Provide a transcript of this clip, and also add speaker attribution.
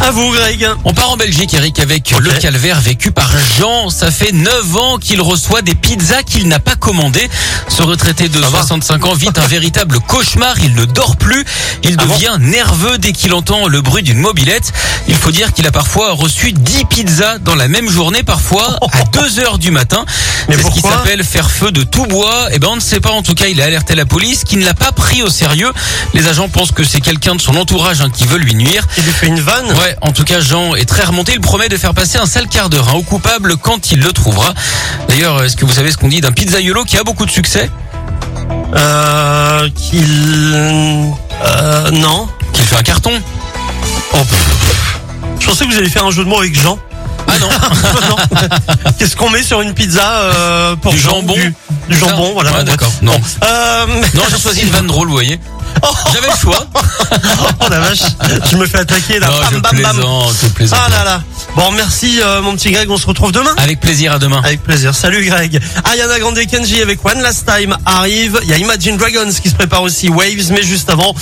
Speaker 1: À vous, Greg.
Speaker 2: On part en Belgique, Eric, avec le calvaire vécu par Jean. Ça fait 9 ans qu'il reçoit des pizzas qu'il n'a pas commandées. Ce retraité de 65 ans vit un véritable cauchemar. Il ne dort plus. Il
Speaker 1: Ah bon
Speaker 2: devient nerveux dès qu'il entend le bruit d'une mobilette. Il faut dire qu'il a parfois reçu 10 pizzas dans la même journée, parfois à 2 heures du matin.
Speaker 1: Mais
Speaker 2: C'est ce qui
Speaker 1: pourquoi
Speaker 2: s'appelle faire feu de tout bois. Eh ben, on ne sait pas. En tout cas, il a alerté la police qui ne l'a pas pris au sérieux. Les agents pensent que c'est quelqu'un de son entourage hein, qui veut lui nuire.
Speaker 1: Il lui fait une vanne.
Speaker 2: Ouais, en tout cas, Jean est très remonté. Il promet de faire passer un sale quart d'heure hein, au coupable quand il le trouvera. D'ailleurs, est-ce que vous savez ce qu'on dit d'un pizzaiolo qui a beaucoup de succès
Speaker 1: Euh, qu'il... Euh, non.
Speaker 2: Qu'il fait un carton
Speaker 1: Oh, pff. Je pensais que vous alliez faire un jeu de mots avec Jean.
Speaker 2: Ah non
Speaker 1: Non. Qu'est-ce qu'on met sur une pizza euh, pour
Speaker 2: Du
Speaker 1: Jean
Speaker 2: jambon. Ah,
Speaker 1: Du, du jambon, voilà.
Speaker 2: Ouais,
Speaker 1: bon,
Speaker 2: d'accord.
Speaker 1: bref.
Speaker 2: Non,
Speaker 1: Euh,
Speaker 2: non j'ai choisi une vanne drôle, vous voyez. J'avais le choix.
Speaker 1: oh la vache, je me fais attaquer là.
Speaker 2: Non, je
Speaker 1: bam, bam, bam.
Speaker 2: plaisante, je plaisante.
Speaker 1: Ah là là. Bon, merci euh, mon petit Greg, on se retrouve demain.
Speaker 2: Avec plaisir, à demain.
Speaker 1: Avec plaisir. Salut Greg. Ariana Grande et Kenji avec One Last Time arrive. Il y a Imagine Dragons qui se prépare aussi, Waves, mais juste avant.